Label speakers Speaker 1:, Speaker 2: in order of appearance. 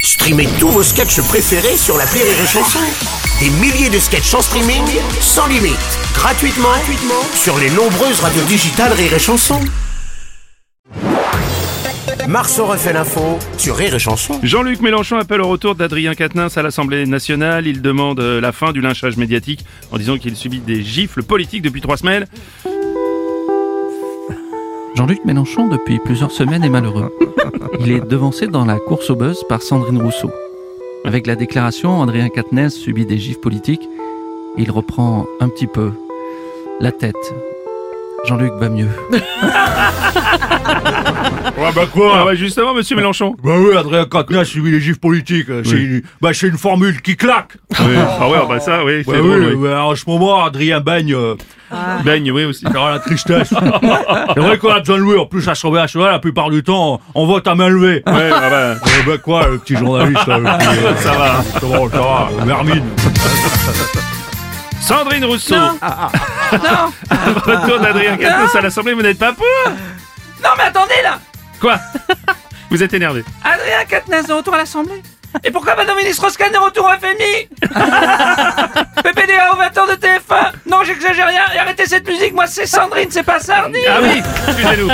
Speaker 1: Streamez tous vos sketchs préférés sur la Rire et Chanson. Des milliers de sketchs en streaming, sans limite, gratuitement, gratuitement sur les nombreuses radios digitales Rire et Chanson. Marceau refait l'info sur Rire et Chanson.
Speaker 2: Jean-Luc Mélenchon appelle au retour d'Adrien Quatennens à l'Assemblée nationale. Il demande euh, la fin du lynchage médiatique en disant qu'il subit des gifles politiques depuis trois semaines.
Speaker 3: Jean-Luc Mélenchon, depuis plusieurs semaines, est malheureux. Il est devancé dans la course au buzz par Sandrine Rousseau. Avec la déclaration, André Quatennens subit des gifs politiques. Il reprend un petit peu la tête. Jean-Luc va mieux.
Speaker 4: Ah bah quoi
Speaker 2: Ah ouais, justement, monsieur Mélenchon.
Speaker 4: Bah oui, Adrien Quatennens suivi les gifs politiques. euh, C'est une, bah, c'est une formule qui claque.
Speaker 2: Ah ouais, ah bah ça, oui, c'est
Speaker 4: Bah
Speaker 2: drôle,
Speaker 4: oui,
Speaker 2: oui.
Speaker 4: bah, en ce moment, Adrien baigne euh,
Speaker 2: Baigne, oui, aussi.
Speaker 4: dans la tristesse. c'est vrai qu'on a besoin de lui. En plus, à Assemblée nationale, la plupart du temps, on vote à main levée.
Speaker 2: Ouais, ah bah,
Speaker 4: Euh, bah quoi, le petit journaliste là, le petit, euh,
Speaker 2: ça va.
Speaker 4: Ça va, ça va, euh, Mermine.
Speaker 2: Sandrine Rousseau. Ah, Retour d'Adrien Quatennens à l'Assemblée, vous n'êtes pas pour
Speaker 5: Non mais attendez là
Speaker 2: Quoi Vous êtes énervé.
Speaker 5: Adrien Quatennens de retour à l'Assemblée Et pourquoi Madame ministre Roscan est retour au FMI PPDA aux 20 ans de TF1 Non j'exagère rien, et arrêtez cette musique, moi c'est Sandrine, c'est pas Sardine
Speaker 2: Ah oui, excusez-nous.